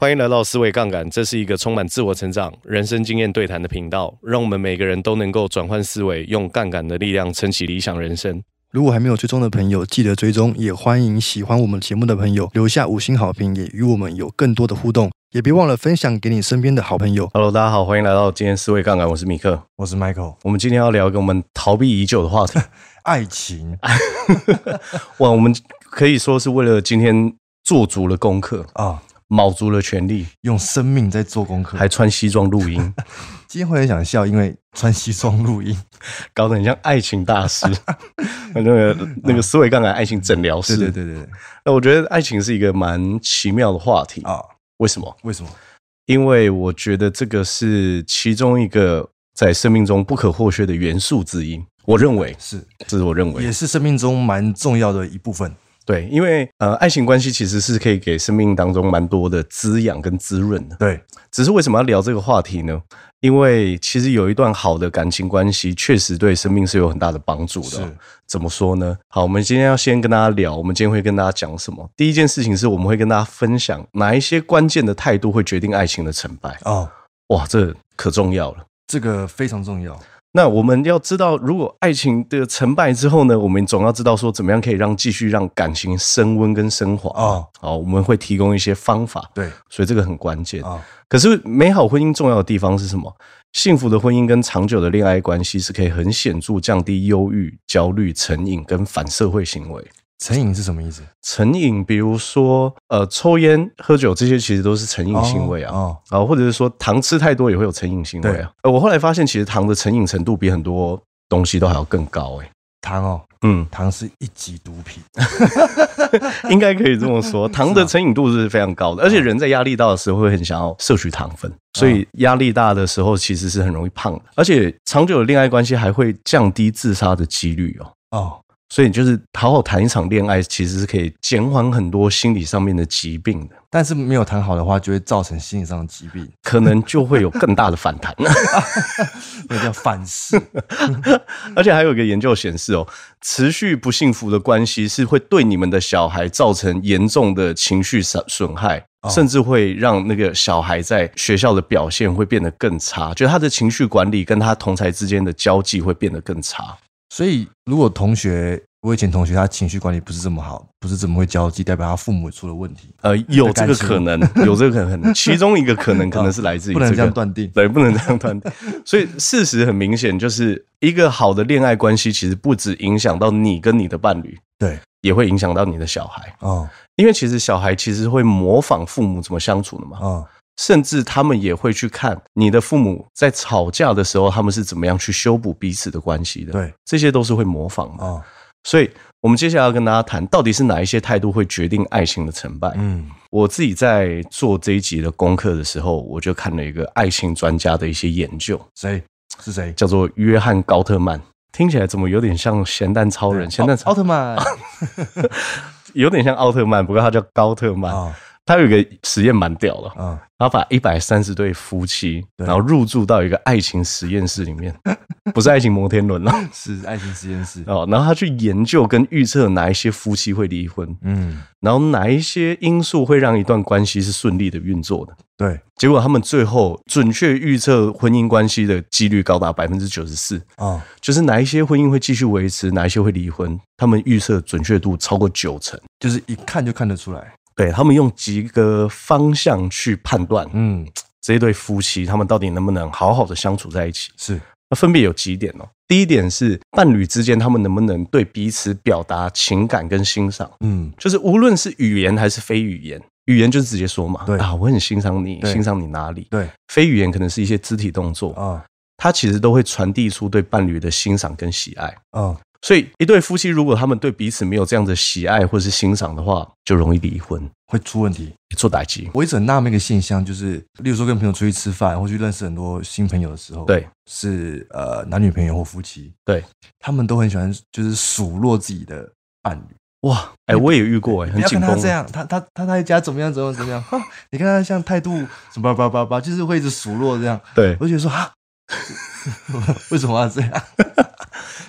欢迎来到思维杠杆，这是一个充满自我成长、人生经验对谈的频道，让我们每个人都能够转换思维，用杠杆的力量撑起理想人生。如果还没有追踪的朋友，记得追踪，也欢迎喜欢我们节目的朋友留下五星好评，也与我们有更多的互动，也别忘了分享给你身边的好朋友。 Hello，大家好，欢迎来到今天思维杠杆，我是米克。我是 Michael，我们今天要聊一个我们逃避已久的话 题，爱情啊、哇，我们可以说是为了今天做足了功课，卯足了全力，啊用生命在做功课。还穿西装录音，今天会很想笑，因为穿西装录音， 搞得很像爱情大师， 那个那个思维杠杆爱情诊疗室。 对对对对对那我觉得爱情是一个蛮奇妙的话题啊、为什么？为什么？因为我觉得这个是其中一个在生命中不可或缺的元素之一。我认为，是这是我认也为，是生命中蛮重要的一部分。对，因为呃，爱情关系其实是可以给生命当中蛮多的滋养跟滋润的。对，只是为什么要聊这个话题呢？因为其实有一段好的感情关系，确实对生命是有很大的帮助的哦是。怎么说呢？好，我们今天要先跟大家聊，我们今天会跟大家讲什么？第一件事情是我们会跟大家分享哪一些关键的态度会决定爱情的成败。哦，哇，这可重要了。这个非常重要。啊那我们要知道，如果爱情的成败之后呢，我们总要知道说怎么样可以让继续让感情升温跟升华。哦，好，我们会提供一些方法，对所以这个很关键。啊、可是美好婚姻重要的地方是什么？幸福的婚姻跟长久的恋爱关系是可以很显著降低忧郁、焦虑、成瘾跟反社会行为。成瘾是什么意思？成瘾，比如说呃，抽烟、喝酒这些，其实都是成瘾行为啊。哦，啊，或者是说糖吃太多也会有成瘾行为啊。呃我后来发现，其实糖的成瘾程度比很多东西都还要更高诶、糖哦，嗯，糖是一级毒品。应该可以这么 说，糖的成瘾度是啊非常高的，而且人在压力大的时候会很想要摄取糖分，所以压力大的时候其实是很容易胖的，而且长久的恋爱关系还会降低自杀的几率哦。哦，所以就是好好谈一场恋爱，其实是可以减缓很多心理上面的疾病的，但是没有谈好的话，就会造成心理上的疾病， 可能就会有更大的反弹。那叫反 噬。而且还有一个研究显示哦，持续不幸福的关系是会对你们的小孩造成严重的情绪损损害，哦甚至会让那个小孩在学校的表现会变得更差，就是他的情绪管理跟他同才之间的交际会变得更差。所以，如果同学，我以前同学他情绪管理不是这么好，不是这么会交际，代表他父母出了问题，呃，有的这感个情可能， 有这个可能，其中一个可能可能是来自于哦不能这这样个。断定。对，不能这样断定。所以事实很明显，就是一个好的恋爱关系，其实不只影响到你跟你的伴侣，对，也会影响到你的小孩。哦因为其实小孩其实会模仿父母怎么相处的嘛，哦，甚至他们也会去看你的父母在吵架的时候，他们是怎么样去修补彼此的关系的。，对，这些都是会模仿的。哦，所以，我们接下来要跟大家谈，到底是哪一些态度会决定爱情的成败？嗯，我自己在做这一集的功课的时候，我就看了一个爱情专家的一些研究，谁是谁？叫做约翰·高特曼。听起来怎么有点像咸蛋超人？咸蛋超奥特 曼有点像奥特曼，不过他叫高特曼。啊他有一个实验蛮屌的，啊，然后把一百三十对夫妻，对然后入住到一个爱情实验室里面，不是爱情摩天轮了 是爱情实验室。哦。然后他去研究跟预测哪一些夫妻会离婚，嗯，然后哪一些因素会让一段关系是顺利的运作的。对结果他们最后准确预测婚姻关系的几率高达百分之九十四，啊，就是哪一些婚姻会继续维持，哪一些会离婚，他们预测准确度超过九成。就是一看就看得出来。对他们用几个方向去判断，嗯，这一对夫妻他们到底能不能好好的相处在一起？是那分别有几点哦。第一点是伴侣之间他们能不能对彼此表达情感跟欣赏，嗯，就是无论是语言还是非语言，语言就是直接说嘛，对啊，我很欣赏你，对欣赏你哪里？对非语言可能是一些肢体动作，啊它其实都会传递出对伴侣的欣赏跟喜爱。啊，所以一对夫妻如果他们对彼此没有这样的喜爱或是欣赏的话，就容易离婚，会出问题。做打击。我一直很纳闷一个现象，就是例如说跟朋友出去吃饭，或去认识很多新朋友的时候，对，是呃男女朋友或夫妻，对，他们都很喜欢就是数落自己的伴侣。哇，哎、我也遇过、哎，不很要紧跟他绷这。样，他他他在家怎么样怎么样怎么样，哈你看他像态度什么叭叭叭叭，就是会一直数落这样。对，我就觉得说啊， 为什么要这样？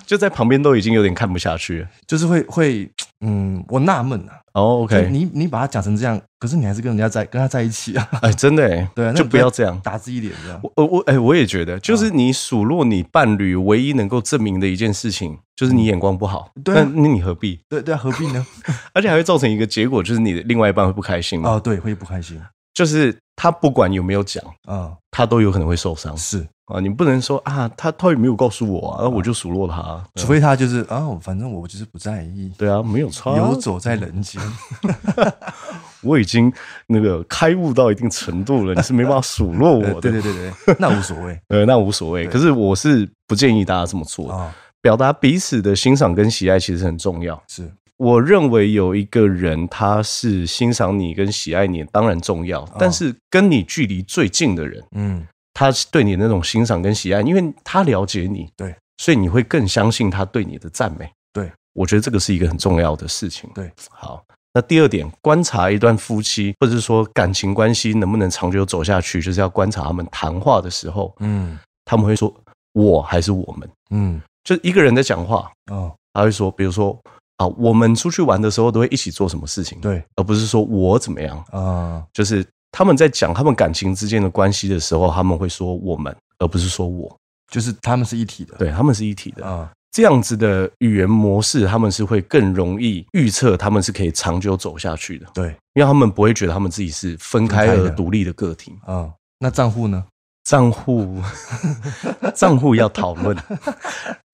就在旁边都已经有点看不下去了。就是会会嗯，我纳闷啊，哦就，OK， 你你把他讲成这样，可是你还是跟人家在跟他在一起啊，哎，真的哎，对啊，那就你不要这样。打自己脸这样。我我哎、我也觉得，嗯就是你数落你伴侣唯一能够证明的一件事情，就是你眼光不好。嗯对啊那那你何必？对对啊，何必 呢？而且还会造成一个结果，就是你的另外一半会不开心嘛。哦，对，会不开心就是他不管有没有讲，啊，他都有可能会受伤是，哦啊！你不能说啊，他他也没有告诉我啊，我就数落他。对除啊非他就是啊，我反正我就是不在意，对啊，没有差啊，游走在人间。我已经那个开悟到一定程度了，你是没办法数落 我呃的。 对对对 对，那无所谓呃，那无所谓。可是我是不建议大家这么做。啊，表达彼此的欣赏跟喜爱其实很重要。是我认为有一个人他是欣赏你跟喜爱你，当然重要，但是跟你距离最近的人，嗯，他是对你那种欣赏跟喜爱，因为他了解你，对，所以你会更相信他对你的赞美。对，我觉得这个是一个很重要的事情。对，好。那第二点，观察一段夫妻或者是说感情关系能不能长久走下去，就是要观察他们谈话的时候，嗯他们会说“我”还是“我们嗯”，就是一个人在讲话，哦，他会说，比如说啊，我们出去玩的时候都会一起做什么事情，，对而不是说我怎么样，啊，就是他们在讲他们感情之间的关系的时候，他们会说我们，而不是说我，就是他们是一体的，对，他们是一体的。啊，这样子的语言模式，他们是会更容易预测，他们是可以长久走下去的，对因为他们不会觉得他们自己是分开分开而的独立的个体。啊，那账户呢？账户， 账户要讨论。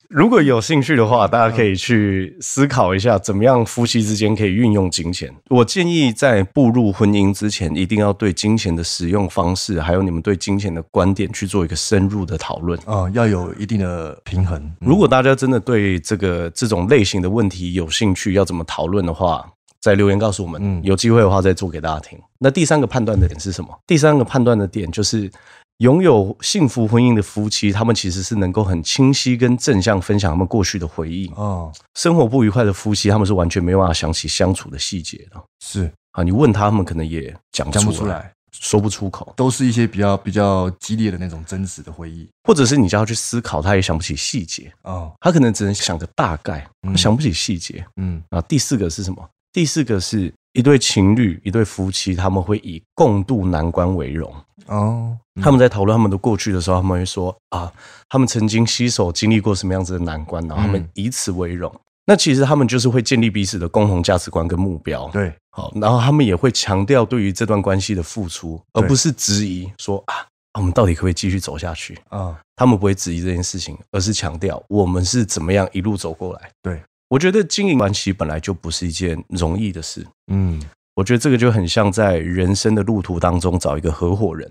如果有兴趣的话，大家可以去思考一下，怎么样夫妻之间可以运用金钱。我建议在步入婚姻之前，一定要对金钱的使用方式，还有你们对金钱的观点去做一个深入的讨论。啊，要有一定的平衡。嗯如果大家真的对这个这种类型的问题有兴趣，要怎么讨论的话，再留言告诉我们。嗯有机会的话再做给大家听。那第三个判断的点是什么？第三个判断的点就是，拥有幸福婚姻的夫妻，他们其实是能够很清晰跟正向分享他们过去的回忆。哦，生活不愉快的夫妻，他们是完全没办法想起相处的细节的是啊！你问他们，可能也讲讲不出出来，来，说不出口，都是一些比较比较激烈的那种真实的回忆或者是你叫他去思考，他也想不起细节，啊，他可能只能想个大概，嗯想不起细节。嗯啊，第四个是什么？第四个是一对情侣、一对夫妻，他们会以共度难关为荣。哦，嗯他们在讨论他们的过去的时候，他们会说啊，他们曾经携手经历过什么样子的难关，然后他们嗯以此为荣。那其实他们就是会建立彼此的共同价值观跟目标，对好，然后他们也会强调对于这段关系的付出，而对不是质疑说啊，我们到底可不可以继续走下去？啊，他们不会质疑这件事情，而是强调我们是怎么样一路走过来。对，我觉得经营关系本来就不是一件容易的事，嗯我觉得这个就很像在人生的路途当中找一个合伙人，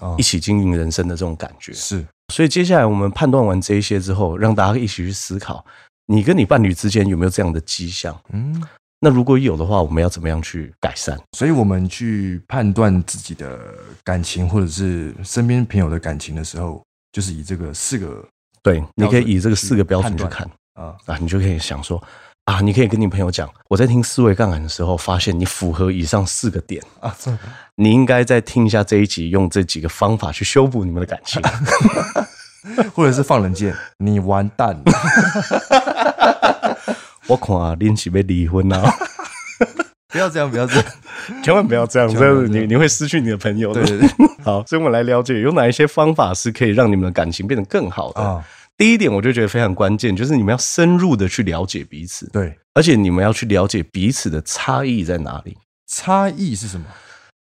啊一，起经营人生的这种感觉。是所以接下来我们判断完这一些之后，让大家一起去思考，你跟你伴侣之间有没有这样的迹象？嗯。那如果有的话，我们要怎么样去改善？所以我们去判断自己的感情，或者是身边朋友的感情的时候，就是以这个四个对，你可以以这个去四个标准判去断看啊，啊，你就可以想说啊，你可以跟你朋友讲，我在听思维杠杆的时候，发现你符合以上四个点。啊你应该再听一下这一集，用这几个方法去修补你们的感 情。 或者是放冷箭，你完蛋了。我看练习被离婚啊，不要这样，不要这样。 千万不要这样，千这万不样要这样子你你会失去你的朋友的。 对 对对，好，所以我们来了解有哪一些方法是可以让你们的感情变得更好的。啊，第一点，我就觉得非常关键，就是你们要深入的去了解彼此，对，而且你们要去了解彼此的差异在哪里。差异是什么？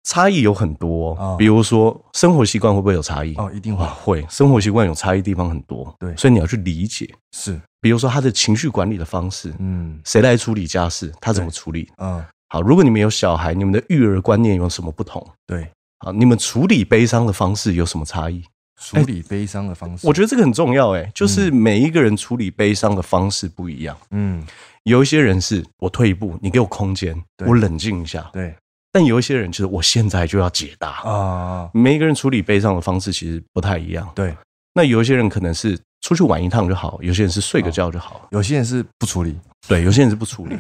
差异有很多哦，哦比如说生活习惯会不会有差异？哦，一定会哇，会，生活习惯有差异地方很多，对所以你要去理解。是，比如说他的情绪管理的方式，嗯谁来处理家事，他怎么处理。啊，好，如果你们有小孩，你们的育儿观念有什么不同？对，好，你们处理悲伤的方式有什么差异？处理悲伤的方式，我觉得这个很重要、欸，就是每一个人处理悲伤的方式不一样。嗯，有一些人是我退一步，你给我空间，对我冷静一下；对但有一些人就是我现在就要解答。啊，每一个人处理悲伤的方式其实不太一样。对，那有一些人可能是出去玩一趟就好，有些人是睡哦个觉就好。有些人是不处理，对，有些人是不处 理，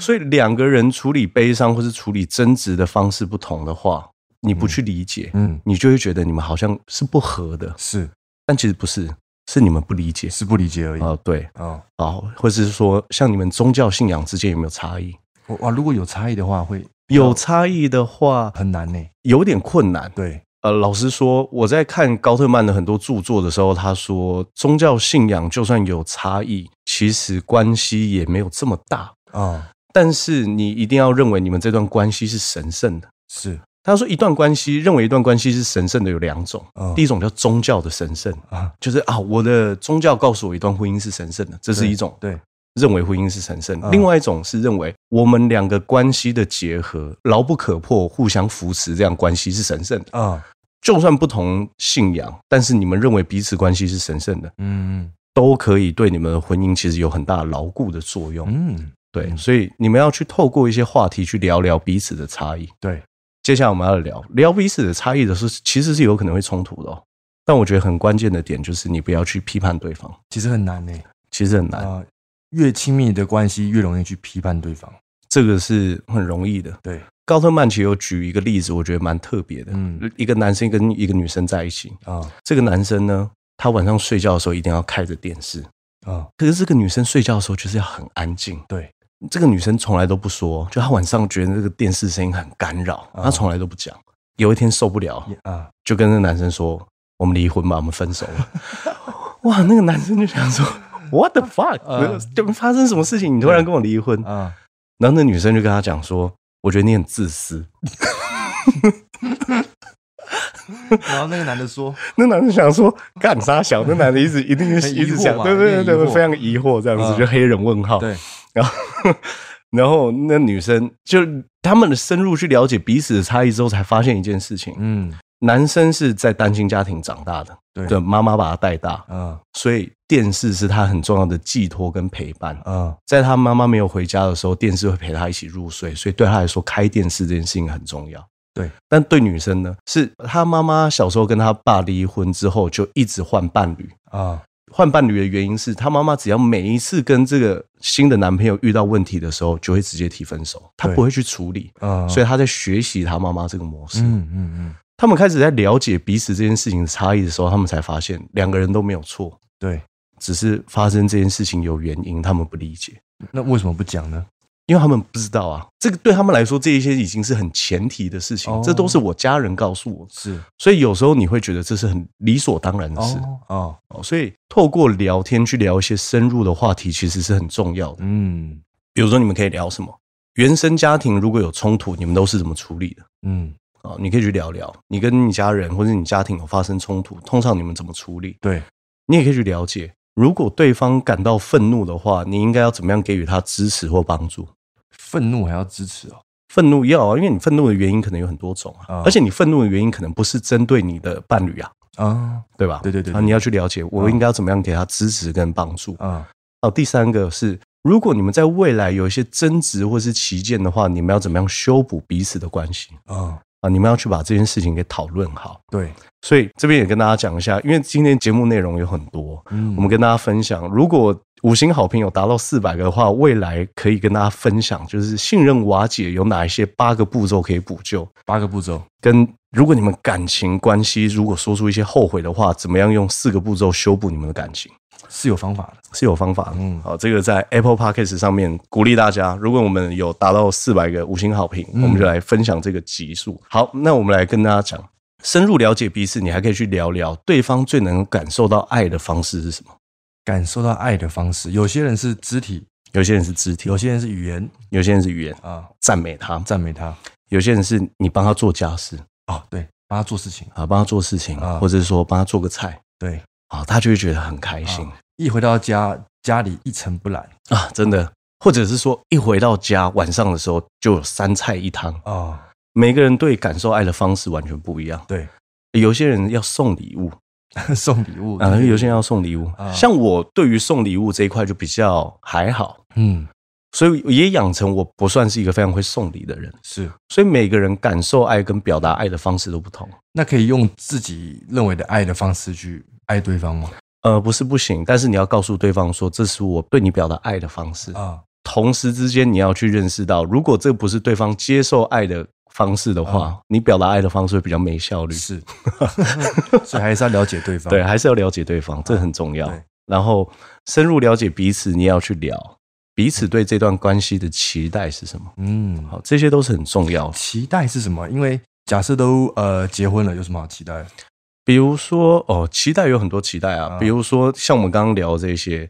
所以两个人处理悲伤或是处理争执的方式不同的话，你不去理解，嗯，你就会觉得你们好像是不合的，是但其实不是，是你们不理解是不理解而已啊、对啊。啊、或者是说像你们宗教信仰之间有没有差异？我哇，如果有差异的话，会有差异的话，很难呢。有点困难。对，呃，老实说，我在看高特曼的很多著作的时候，他说宗教信仰就算有差异，其实关系也没有这么大。啊，但是你一定要认为你们这段关系是神圣的。是他说，一段关系认为一段关系是神圣的有两种，嗯第一种叫宗教的神圣，啊，就是啊，我的宗教告诉我一段婚姻是神圣的， 这是对一种对，认为婚姻是神圣；嗯另外一种是认为我们两个关系的结合牢不可破，互相扶持，这样关系是神圣的。啊，就算不同信仰，但是你们认为彼此关系是神圣的，嗯都可以对你们的婚姻其实有很大牢固的作用。嗯，对，所以你们要去透过一些话题去聊聊彼此的差异。对，接下来我们要聊聊彼此的差异的时候，其实是有可能会冲突的、哦。但我觉得很关键的点就是你不要去批判对方，其实很难呢。其实很难，啊，越亲密的关系越容易去批判对方。这个是很容易的。对，高特曼其实有举一个例子，我觉得蛮特别的。嗯一个男生跟一个女生在一起，啊这个男生呢，他晚上睡觉的时候一定要开着电视，啊，可是这个女生睡觉的时候就是要很安静。对，这个女生从来都不说，就她晚上觉得这个电视声音很干扰，啊她从来都不讲。有一天受不了，也啊，就跟那个男生说：“我们离婚吧，我们分手了。” 哇，那个男生就想说：“What the fuck？、呃啊就发生什么事情？你突然跟我离婚？”啊，然后那女生就跟他讲说：“我觉得你很自私。然后那个男的说，” 那男生想说：“干啥小？”那男的一直一定 很疑惑一直想，嘛对对对有点疑对，惑非常疑惑这嗯样子，啊就黑人问号。 对，然后 然后那女生就他们的深入去了解彼此的差异之后，才发现一件事情：嗯男生是在单亲家庭长大的，对妈妈把他带大，啊所以电视是他很重要的寄托跟陪伴。啊在他妈妈没有回家的时候，电视会陪他一起入睡，所以对他来说，开电视这件事情很重要。对，但对女生呢，是她妈妈小时候跟她爸离婚之后，就一直换伴侣，啊，换伴侣的原因是，她妈妈只要每一次跟这个新的男朋友遇到问题的时候，就会直接提分手，她对不会去处理，啊，所以以她在学习她妈妈这个模式。嗯嗯嗯，他们开始在了解彼此这件事情的差异的时候，他们才发现两个人都没有错，对，只是发生这件事情有原因，他们不理解，那为什么不讲呢？因为他们不知道啊。这个对他们来说，这一些已经是很前提的事情，哦这都是我家人告诉我的，是所以有时候你会觉得这是很理所当然的事。哦哦，哦所以透过聊天去聊一些深入的话题，其实是很重要的。嗯比如说你们可以聊什么？原生家庭如果有冲突，你们都是怎么处理的？嗯，啊，你可以去聊聊，你跟你家人或者你家庭有发生冲突，通常你们怎么处理？对，你也可以去了解，如果对方感到愤怒的话，你应该要怎么样给予他支持或帮助？愤怒还要支持哦，愤怒要啊，因为你愤怒的原因可能有很多种啊，啊而且你愤怒的原因可能不是针对你的伴侣啊，啊对吧？对对对对啊，你要去了解我啊应该要怎么样给他支持跟帮助。啊哦，第三个是，如果你们在未来有一些争执或是旗舰的话，你们要怎么样修补彼此的关系啊，啊？你们要去把这件事情给讨论好。对，所以这边也跟大家讲一下，因为今天节目内容有很多，嗯我们跟大家分享，如果五星好评有达到四百个的话，未来可以跟大家分享，就是信任瓦解有哪一些八个步骤可以补救，八个步骤，跟如果你们感情关系如果说出一些后悔的话，怎么样用四个步骤修补你们的感情。是有方法的，是有方法的。嗯好，这个在 Apple Podcast 上面鼓励大家，如果我们有达到四百个五星好评，嗯我们就来分享这个集数。好，那我们来跟大家讲，深入了解彼此，你还可以去聊聊对方最能感受到爱的方式是什么。感受到爱的方式，有些人是肢体，有些人是肢体，有些人是语言有些人是语言，啊，赞美他；赞美他有些人是你帮他做家事哦，对，帮他做事情，啊，帮他做事情，啊或者是说帮他做个菜对，啊，他就会觉得很开心啊一回到家家里一尘不染啊，真的。或者是说，一回到家晚上的时候就有三菜一汤，啊，每个人对感受爱的方式完全不一样。对， 有些人要送礼物哦送礼物啊，有些人要送礼物。啊像我对于送礼物这一块就比较还好，嗯所以也养成我不算是一个非常会送礼的人。是，所以每个人感受爱跟表达爱的方式都不同。那可以用自己认为的爱的方式去爱对方吗？呃，不是不行，但是你要告诉对方说，这是我对你表达爱的方式。啊，同时之间，你要去认识到，如果这不是对方接受爱的方式的啊话，你表达爱的方式会比较没效率。 是， 所以还是要了解对方。对，还啊是要了解对方，这很重要。对然后深入了解彼此，你也要去聊彼此对这段关系的期待是什么。嗯，好，这些都是很重要的。期待是什么？因为假设都呃结婚了，有什么好期待？比如说，哦，期待有很多期待啊，比如说像我们刚刚聊这些，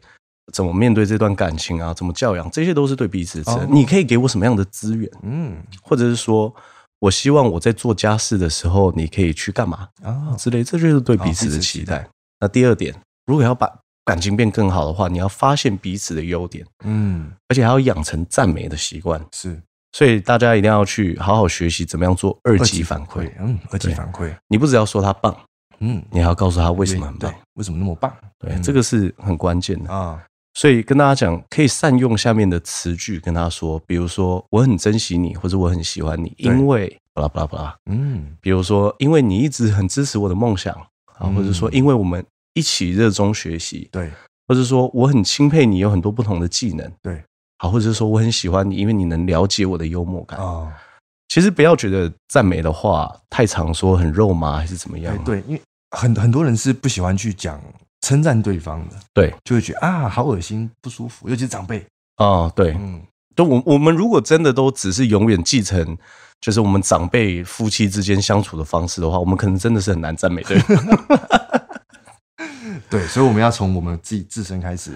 怎么面对这段感情啊，怎么教养，这些都是对彼此的期待哦你可以给我什么样的资源，嗯或者是说我希望我在做家事的时候，你可以去干嘛啊，之类，这就是对哦彼此的期待。那第二点，如果要把感情变更好的话，你要发现彼此的优点，嗯，而且还要养成赞美的习惯。是所以大家一定要去好好学习怎么样做二级反馈。，嗯，二级对反馈，你不只要说他棒，嗯，你还要告诉他为什么很棒对。？为什么那么棒？对，嗯这个是很关键的。啊，所以跟大家讲，可以善用下面的词句跟他说，比如说我很珍惜你，或者我很喜欢你，对因为巴拉巴拉巴拉。嗯比如说，因为你一直很支持我的梦想啊，嗯或者说因为我们一起热衷学习，对，或者说我很钦佩你有很多不同的技能，对，好，或者说我很喜欢你，因为你能了解我的幽默感。啊，其实不要觉得赞美的话太常说很肉麻还是怎么样啊哎，对，因为很很多人是不喜欢去讲称赞对方的，对就会觉得啊，好恶心，不舒服，尤其是长辈，啊，对，嗯，就我我们如果真的都只是永远继承，就是我们长辈夫妻之间相处的方式的话，我们可能真的是很难赞美对 方。对，所以我们要从我们自己自身开始，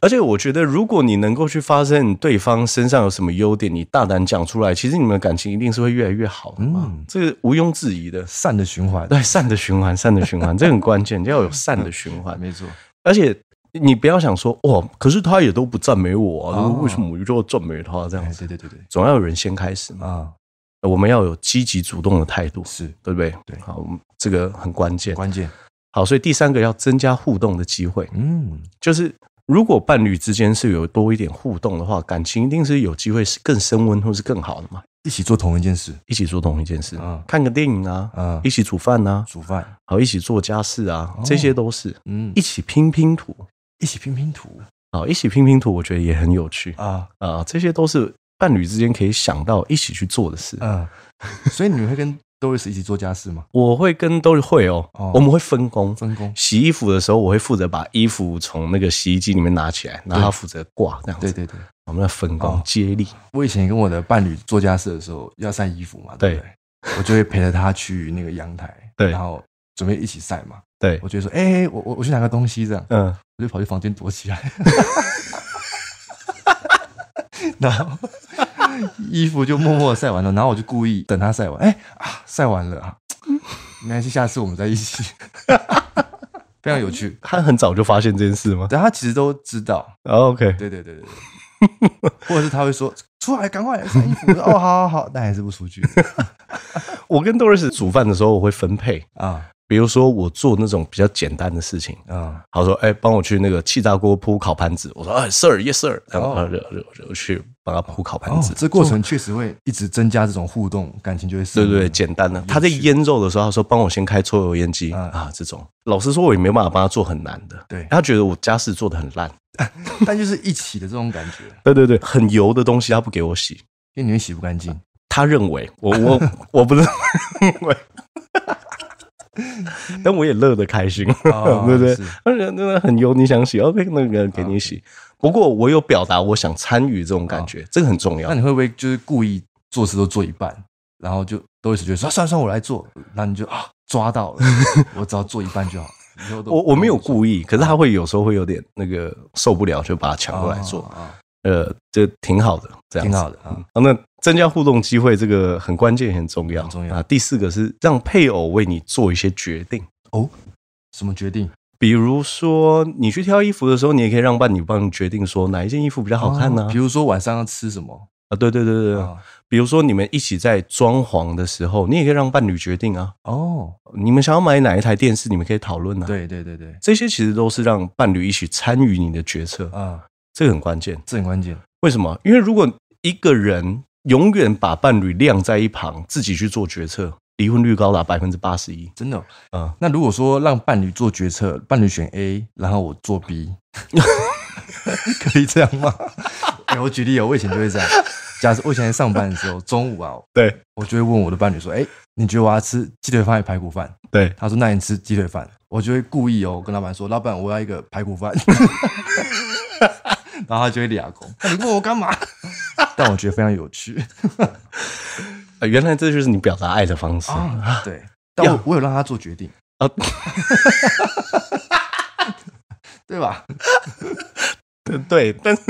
而且我觉得，如果你能够去发现对方身上有什么优点，你大胆讲出来，其实你们的感情一定是会越来越好的嘛，嗯这个毋庸置疑的。善的循环，对，善的循环，善的循环，这很关键，要有善的循环。没错，而且你不要想说，哇，可是他也都不赞美我啊，哦为什么我就要赞美他这样哎，子？对对对对，总要有人先开始嘛，啊，我们要有积极主动的态度，是对不对？对好，我们这个很关键。关键，好，所以第三个要增加互动的机会，嗯，就是如果伴侣之间是有多一点互动的话，感情一定是有机会是更升温或是更好的嘛。一起做同一件事，一起做同一件事嗯，看个电影啊，啊一，起煮饭啊，煮饭，好，一起做家事啊哦，这些都是嗯，一起拼拼图。一起拼拼图好，一起拼拼图，我觉得也很有趣啊、啊，这些都是伴侣之间可以想到一起去做的事。嗯，所以你们会跟 Doris 一起做家事吗？我会跟都会哦，哦我们会 分工。分工，洗衣服的时候，我会负责把衣服从那个洗衣机里面拿起来，然后他负责挂这样子。对对对。我们要分工、哦接力。我以前跟我的伴侣做家事的时候要晒衣服嘛，对不对？我就会陪着他去那个阳台，对然后准备一起晒嘛。对我，就会说，哎、我我我去拿个东西这样，嗯，我就跑去房间躲起来， 然后衣服就默默地晒完了，然后我就故意等他晒完，哎、啊，晒完了啊，没关系，下次我们再一起， 非常有趣。他很早就发现这件事吗但他其实都知道，哦？OK，对对对对对， 或者是他会说出来，赶快来晒衣服。我 说哦，好好好，但还是不 出去我跟 Doris 煮饭的时候，我会分配，啊比如说我做那种比较简单的事情，啊他说：“哎、帮我去那个气炸锅铺烤盘子。”我说：“哎，Sir，Yes Sir。”然后哦呃我就我就去帮他铺烤盘哦子。，这过程确实会一直增加这种互动，感情就会对升对对，温简单的。嗯趣他在腌肉的时候，他说：“帮我先开抽油烟机、嗯啊。”这种，老实说，我也没办法帮他做很难的。对，他觉得我家事做的很烂。 但就是一起的这种感觉，对对对，很油的东西他不给我洗，因为你会洗不 干净。他认为我 我我不是认为， 但我也乐得开心，哦啊对不对是？他觉得真的很油，你想洗，OK，那个给你洗。不过我有表达我想参与这种感觉，这个很重要那。你会不会就是故意做事都做一半，然后就都一直觉得说啊算了算了我来做，那你就啊抓到 了，我只要做一半就好。以后都我我没有故意意，可是他会有时候会有点那个受不了，就把它抢过来做。啊，呃，这挺好的，这样挺子好的啊嗯好那增加互动机会，这个很关键，也很重要。很重要啊。第四个是让配偶为你做一些决定，什么决定？比如说你去挑衣服的时候，你也可以让伴侣帮你决定说哪一件衣服比较好看呢、哦啊比如说晚上要吃什么？对对对对对。啊比如说你们一起在装潢的时候，你也可以让伴侣决定啊。哦，你们想要买哪一台电视，你们可以讨论啊。，对对对对，这些其实都是让伴侣一起参与你的决策，啊，这个很关键。这很关键。为什么？因为如果一个人永远把伴侣晾在一旁，自己去做决策，离婚率高达百分之八十一。真的。啊嗯那如果说让伴侣做决策，伴侣选 A，然后我做 B，可以这样吗？哎、我举例哦，我以前就会这样。假设我以前上班的时候，中午啊，对我就会问我的伴侣说：“哎、你觉得我要吃鸡腿饭还是排骨饭对？”，他说：“那你吃鸡腿饭。”我就会故意哦跟老板说：“老板，我要一个排骨饭。” 然后他就会俩拱，那你问我干嘛？但我觉得非常有趣呃原来这就是你表达爱的方式。啊，对。但我我有让他做决定啊啊， 对 吧？对对，但 是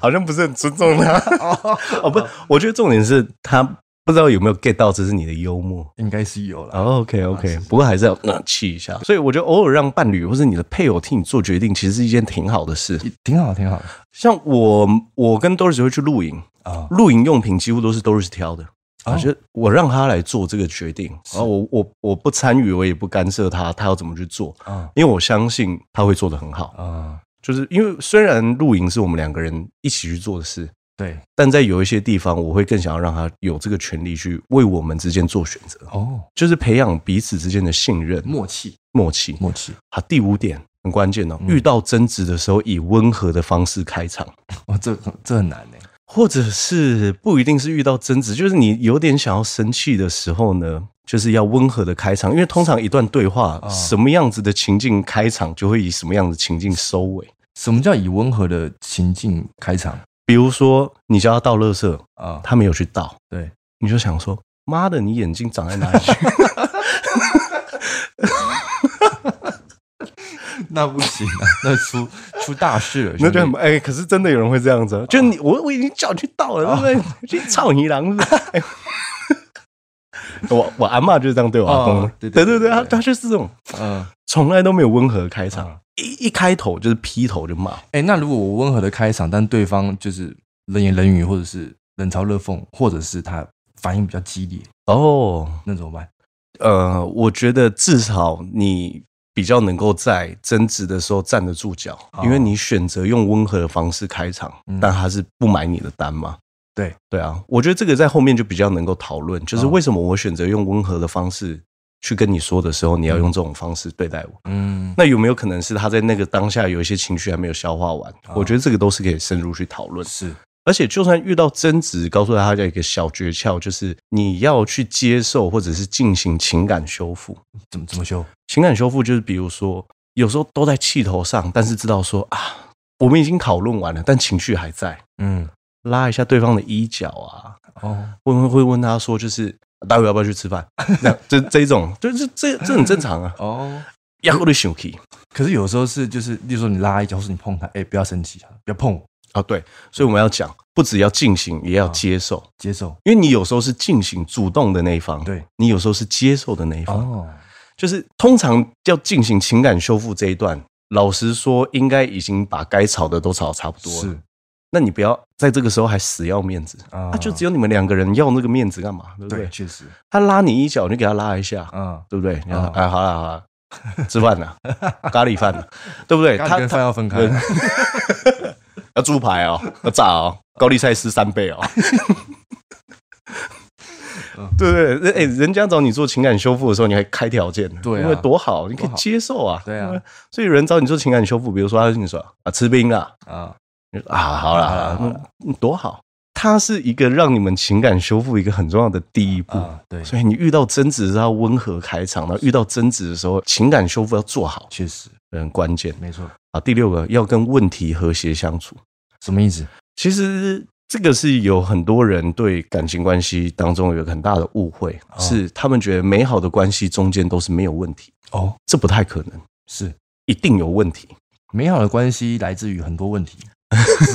好像不是很尊重他。哦，哦，不，我觉得重点是他不知道有没有 get 到这是你的幽默。应该是有了。哦 OK 啊 OK，、是是不过还是要呃气一下。所以我觉得偶尔让伴侣或是你的配偶替你做决定，其实是一件挺好的事。挺好，挺好的像我，我跟 Doris 会去露营，啊露营用品几乎都是 Doris 挑的。哦啊，就我让他来做这个决定，然后我我我不参与，我也不干涉他，他要怎么去做，啊因为我相信他会做得很好。啊！就是因为虽然露营是我们两个人一起去做的事，对但在有一些地方，我会更想要让他有这个权利去为我们之间做选择，哦，就是培养彼此之间的信任、默默契，默契。默契。好，第五点很关键哦，嗯遇到争执的时候以温和的方式开场，哇，哦这很这很难呢。或者是不一定是遇到争执，就是你有点想要生气的时候呢。就是要温和的开场，因为通常一段对话，啊什么样子的情境开场，就会以什么样的情境收尾。什么叫以温和的情境开场比如说，你叫他倒垃圾，啊？他没有去倒，对，你就想说，妈的，你眼睛长在哪 里去？ 那不行啊，那出 出大事了，那就很兄弟哎、可是真的有人会这样子啊，就你我我已经叫你去倒了，啊对不对？去操你狼是 不是？哎 我我阿嬷就是这样对我阿公，哦对对对对对对，他对他就是这种嗯，从来都没有温和的开场，啊一一开头就是劈头就骂，哎，那如果我温和的开场，但对方就是冷言冷语，或者是冷嘲热讽，或者是他反应比较激烈，哦，那怎么办？呃，我觉得至少你比较能够在争执的时候站得住脚，哦因为你选择用温和的方式开场，嗯但他是不买你的单嘛。对哦对啊，我觉得这个在后面就比较能够讨论，就是为什么我选择用温和的方式去跟你说的时候，你要用这种方式对待我。嗯，那有没有可能是他在那个当下有一些情绪还没有消化完？哦我觉得这个都是可以深入去讨论。是而且就算遇到争执，告诉大家一个小诀窍，就是你要去接受或者是进行情感修复。怎么怎么修？情感修复就是比如说，有时候都在气头上，但是知道说啊，我们已经讨论完了，但情绪还在，嗯，拉一下对方的衣角啊，哦，会会会问他说，就是待会要不要去吃饭？ 这样这这一种，就是这这很正常啊。哦。要不就生气可是有时候是就是，例如说你拉一脚，或是你碰他，哎、不要生气，不要碰我，啊，对，所以我们要讲，不只要进行，也要接受，接受。因为你有时候是进行主动的那一方，对，你有时候是接受的那一方。哦，就是通常要进行情感修复这一段，老实说，应该已经把该吵的都吵得差不多了。是那你不要在这个时候还死要面子啊啊！就只有你们两个人要那个面子干嘛？对不对？对，确实，他拉你一脚，你就给他拉一下，嗯，对不对？你要啊哎，好了好了，吃饭 了，咖喱饭了，对不对？他哎跟饭要分开对要猪排哦，要炸哦，高丽菜吃三倍哦。嗯 对不对，哎、人家找你做情感修复的时候，你还开条件，对啊因为多好，你可以多好接受啊，对啊。所以有人找你做情感修复，比如说他就跟你说啊，吃冰啊，啊，你说啊，好了好好啦好了，嗯多好，它是一个让你们情感修复一个很重要的第一步。啊，对，所以你遇到争执是要温和开场，然后遇到争执的时候，情感修复要做好，确实很关键没错。啊。第六个要跟问题和谐相处，什么意思？其实这个是有很多人对感情关系当中有一个很大的误会，哦是他们觉得美好的关系中间都是没有问题，哦，这不太可能，是一定有问题。美好的关系来自于很多问 题，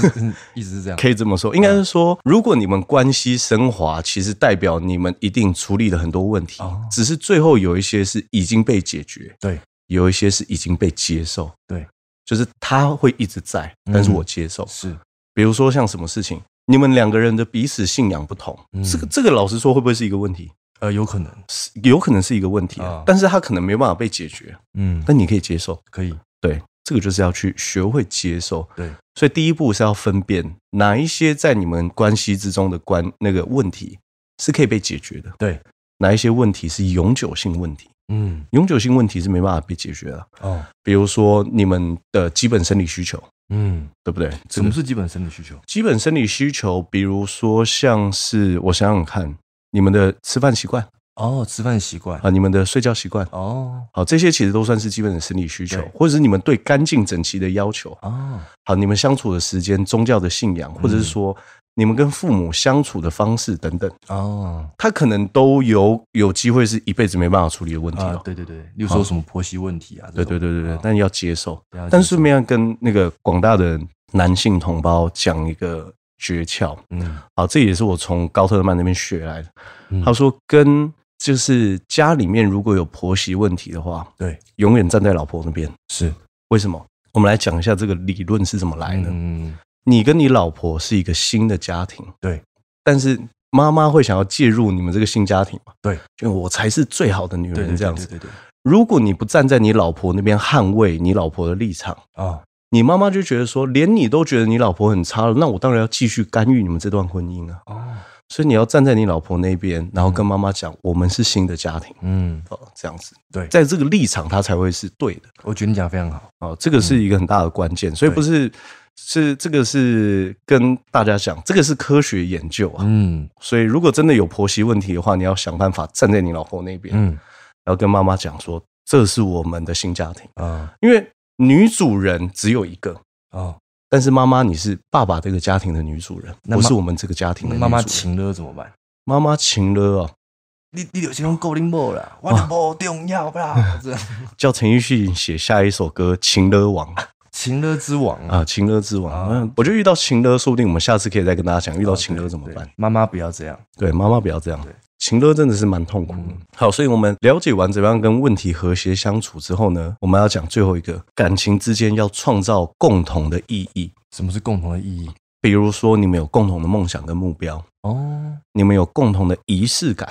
是一直是这样。可以这么说，应该是嗯说，如果你们关系升华，其实代表你们一定处理了很多问题，哦只是最后有一些是已经被解决，对，有一些是已经被接受，对，就是它会一直在，嗯但是我接受。是比如说像什么事情，你们两个人的彼此信仰不同，嗯这个这个老实说会不会是一个问题？呃，有可能，是有可能是一个问题啊、哦但是它可能没办法被解决，嗯，但你可以接受。可以，对，这个就是要去学会接受。对，所以第一步是要分辨哪一些在你们关系之中的关那个问题是可以被解决的，对，哪一些问题是永久性问题。嗯，永久性问题是没办法被解决的。啊哦，比如说你们的基本生理需求，嗯，对不对？这什么个是基本生理需求？基本生理需求，比如说像是我想想看，你们的吃饭习惯哦，吃饭习惯，啊，你们的睡觉习惯。哦，好，这些其实都算是基本的生理需求对，或者是你们对干净整齐的要求。哦，好，你们相处的时间、宗教的信仰，或者是说你们跟父母相处的方式等等，哦，它可能都有有机会是一辈子没办法处理的问题啊哦，。对对对，例如说什么婆媳问题啊，啊对对对对对，但要接受了解。但顺便要跟那个广大的男性同胞讲一个诀窍，嗯好，这也是我从高特曼那边学来的。嗯他说，跟就是家里面如果有婆媳问题的话，对，永远站在老婆那边。是为什么？我们来讲一下这个理论是怎么来的。嗯你跟你老婆是一个新的家庭，对，但是妈妈会想要介入你们这个新家庭嘛？对，就我才是最好的女对对人这样子。对对对如果你不站在你老婆那边捍卫你老婆的立场，啊你妈妈就觉得说，连你都觉得你老婆很差了，那我当然要继续干预你们这段婚姻啊。哦所以你要站在你老婆那边，然后跟妈妈讲，我们是新的家庭，嗯，哦，这样子，对在这个立场，她才会是对的，我觉得你讲得非常好，哦，这个是嗯一个很大的关键，所以不是是这个是跟大家讲，这个是科学研究啊，嗯所以如果真的有婆媳问题的话，你要想办法站在你老婆那边，嗯然后跟妈妈讲说，这是我们的新家庭，啊因为女主人只有一个。哦，但是妈妈，你是爸爸这个家庭的女主人，那不妈是我们这个家庭的那女妈妈主人请了怎么办？妈妈情了哦，你你就是用够恁某啦，我就无重要 啦，这样叫陈奕迅写下一首歌《情勒王》情勒之王啊，《情勒之王》啊嗯，我觉得遇到情勒，说不定我们下次可以再跟大家讲，遇遇到情勒怎么办？？哦妈妈不要这样，对，妈妈不要这样对。情勒真的是蛮痛苦的嗯。好，所以我们了解完怎么样跟问题和谐相处之后呢，我们要讲最后一个，感情之间要创造共同的意义。什么是共同的意义？比如说，你们有共同的梦想跟目标，哦，你们有共同的仪式感，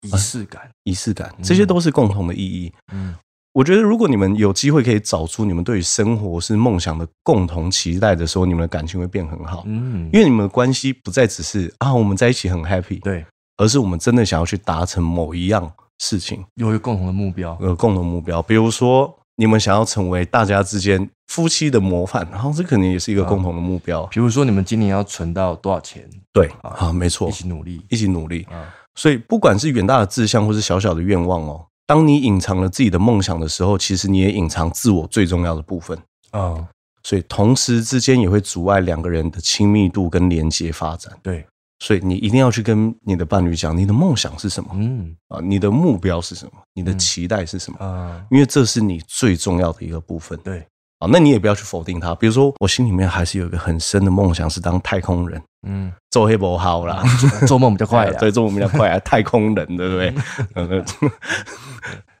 仪啊式感，仪式感，嗯这些都是共同的意义。嗯我觉得，如果你们有机会可以找出你们对于生活是梦想的共同期待的时候，你们的感情会变很好，嗯，因为你们的关系不再只是啊我们在一起很 happy，对，而是我们真的想要去达成某一样事情，有一个共同的目标，呃，共同目标。比如说，你们想要成为大家之间夫妻的模范，然后这可能也是一个共同的目标。比如说你们今年要存到多少钱，对，啊，没错一，起努力一起努力。啊，所以，不管是远大的志向，或是小小的愿望哦。当你隐藏了自己的梦想的时候，其实你也隐藏自我最重要的部分。哦，所以同时之间也会阻碍两个人的亲密度跟连接发展。对，所以你一定要去跟你的伴侣讲，你的梦想是什么嗯啊？你的目标是什么？你的嗯期待是什么？啊，因为这是你最重要的一个部分。对，啊，那你也不要去否定它。比如说，我心里面还是有一个很深的梦想，是当太空人，嗯，做黑不好啦，做梦比较嗯 快啊 啦，对，做我们比较快啊，太空人，对不对？ 呃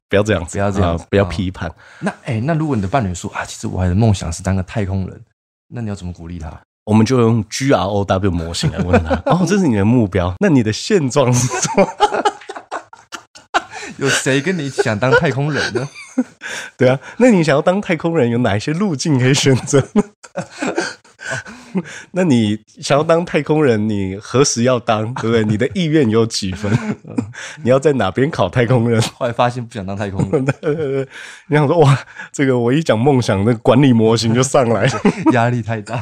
不要这样子，不要这样子啊不要啊批判。那哎、那如果你的伴侣说啊，其实我还的梦想是当个太空人，那你要怎么鼓励他？ 我们就用 G R O W 模型来问他，哦，这是你的目标，那你的现状是什么？有谁跟你一起想当太空人呢？ 对啊，那你想要当太空人，有哪一些路径可以选择呢？那你想要当太空人，你何时要当，对不对？你的意愿有几分？你要在哪边考太空人？ 后来发现不想当太空人，你想说哇，这个我一讲梦想，那个管理模型就上来了，压力太大。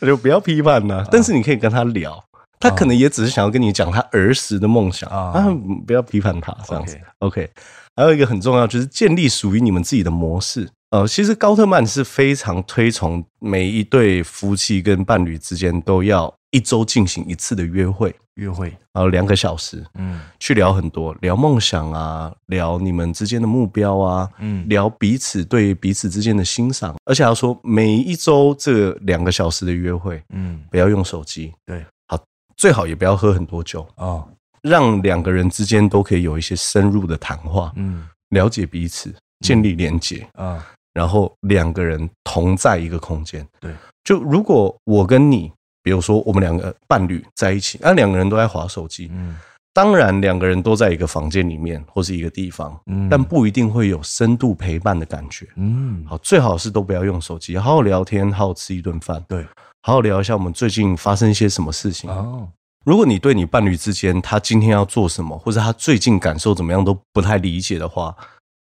就不要批判啊了。但是你可以跟他聊，他可能也只是想要跟你讲他儿时的梦想啊啊，不要批判他这样子。OK，还有一个很重要就是建立属于你们自己的模式。呃，其实高特曼是非常推崇每一对夫妻跟伴侣之间都要一周进行一次的约会，约会，然后两个小时嗯去聊很多，聊梦想啊，聊你们之间的目标啊，嗯，聊彼此对彼此之间的欣赏，而且要说每一周这两个小时的约会嗯不要用手机，对，好，最好也不要喝很多酒，哦，让两个人之间都可以有一些深入的谈话，嗯了解彼此，建立连接，啊，然后两个人同在一个空间。对，就如果我跟你，比如说我们两个伴侣在一起，那、啊两个人都在划手机，嗯当然两个人都在一个房间里面或是一个地方，嗯但不一定会有深度陪伴的感觉。嗯好，最好是都不要用手机，好好聊天，好好吃一顿饭，对，好好聊一下我们最近发生一些什么事情。哦，如果你对你伴侣之间他今天要做什么，或者他最近感受怎么样都不太理解的话，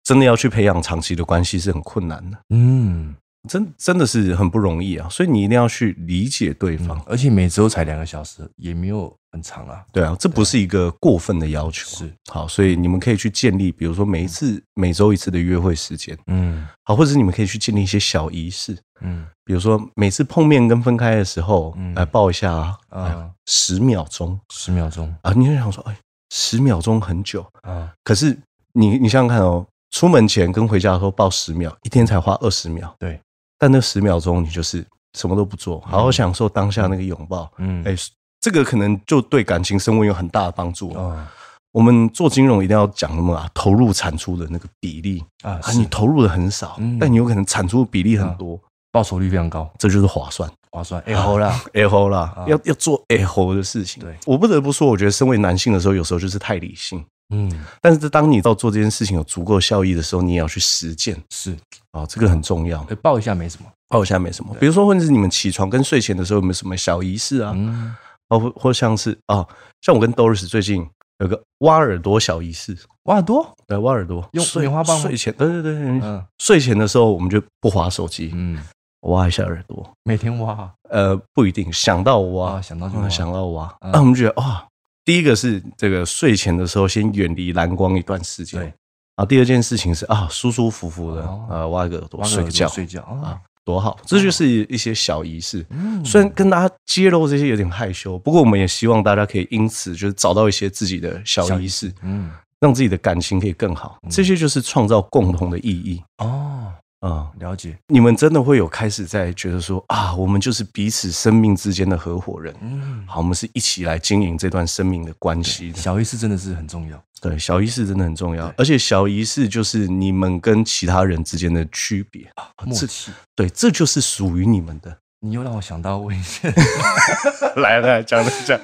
真的要去培养长期的关系是很困难的，嗯，真真的是很不容易啊。所以你一定要去理解对方，而且每周才两个小时，也没有很长啊。对啊，这不是一个过分的要求。啊是好，所以你们可以去建立，比如说每一次每周一次的约会时间，嗯好，或者是你们可以去建立一些小仪式，嗯比如说每次碰面跟分开的时候，嗯来抱一下啊，啊，十秒钟十秒钟啊，你就想说，哎，十秒钟很久，啊，可是你你想想看哦，出门前跟回家的时候抱十秒，一天才花二十秒，对，但那十秒钟你就是什么都不做，好好享受当下那个拥抱，嗯哎、这个可能就对感情升温有很大的帮助哦。啊我们做金融一定要讲什么啊？投入产出的那个比例啊啊，，你投入的很少，嗯但你有可能产出的比例很多，报酬率非常高，这就是划算。划算，哎，好啦， a 吼啦，啊要要做 a 吼的事情。对我不得不说，我觉得身为男性的时候，有时候就是太理性。 嗯，但是当你到做这件事情有足够效益的时候，你也要去实践是，啊、这个很重要。哎，报一下没什么，哦，我现在没什么，比如说，或者是你们起床跟睡前的时候有没有什么小仪式啊？嗯，哦，或或像是啊、哦，像我跟 Doris 最近有个挖耳朵小仪式，哇，多，来挖耳朵，用睡棉花棒吗睡前，对对对，嗯睡前的时候我们就不划手机，嗯，挖一下耳朵。每天挖，呃，不一定想到挖，啊想到就嗯挖想到挖。那、嗯我们觉得哇，第一个是这个睡前的时候先远离蓝光一段时间，对。啊，第二件事情是啊，舒舒服服的、哦呃挖个耳朵挖睡个个觉睡觉啊啊，，多好！这就是一些小仪式。嗯虽然跟大家揭露这些有点害羞，不过我们也希望大家可以因此就是找到一些自己的小小仪仪式，嗯让自己的感情可以更好。这些就是创造共同的意义哦，啊、了解，你们真的会有开始在觉得说啊，我们就是彼此生命之间的合伙人，嗯，好，我们是一起来经营这段生命的关系的。小意思真的是很重要，对，小仪式真的很重要，而且小仪式就是你们跟其他人之间的区别。默这契。啊对，这就是属于你们的。你又让我想到我以前， 来来，讲讲，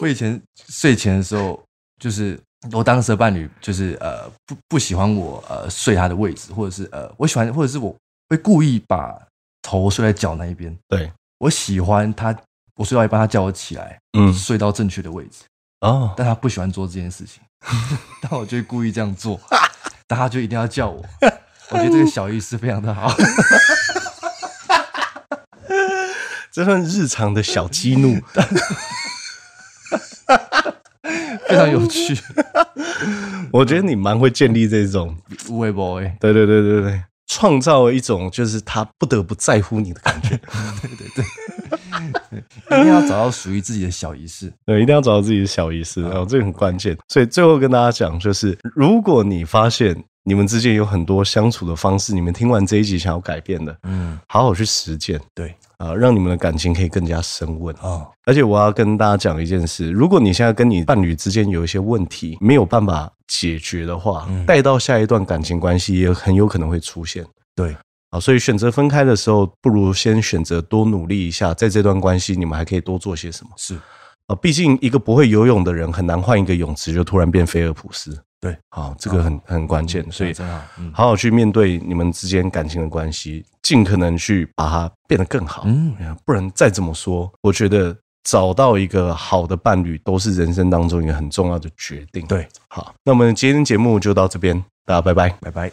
我以前睡前的时候，就是我当时的伴侣，就是呃不不喜欢我呃睡他的位置，或者是呃我喜欢，或者是我会故意把头睡在脚那一边。对，我喜欢他，我睡到一半，他叫我起来，嗯，睡到正确的位置，哦，但他不喜欢做这件 事情，但我就会故意这样做，但他就一定要叫我。我觉得这个小意思非常 的好，这算日常的小激 怒。非常有趣。我觉得你蛮会建立这种，微博哎， 对对对对对，创造一种就是他不得不在乎你的感觉。一定要找到属于自己的小仪式。 对，一定要找到自己的小意思，然后这个很关键。所以最后跟大家讲，就是如果你发现你们之间有很多相处的方式，你们听完这一集想要改变的，嗯，好好去实践对啊、让你们的感情可以更加升温。哦，而且我要跟大家讲一件事：如果你现在跟你伴侣之间有一些问题没有办法解决的话，嗯带到下一段感情关系也很有可能会出现。对，啊，所以选择分开的时候，不如先选择多努力一下，在这段关系你们还可以多做些什么。是啊，毕竟一个不会游泳的人很难换一个泳池就突然变菲尔普斯。对，好，这个很很关键，所以真好，嗯好好去面对你们之间感情的关系，尽可能去把它变得更好。哎嗯，不然再怎么说，我觉得找到一个好的伴侣都是人生当中一个很重要的决定。对，好，那我们今天节目就到这边，大家拜拜。拜拜。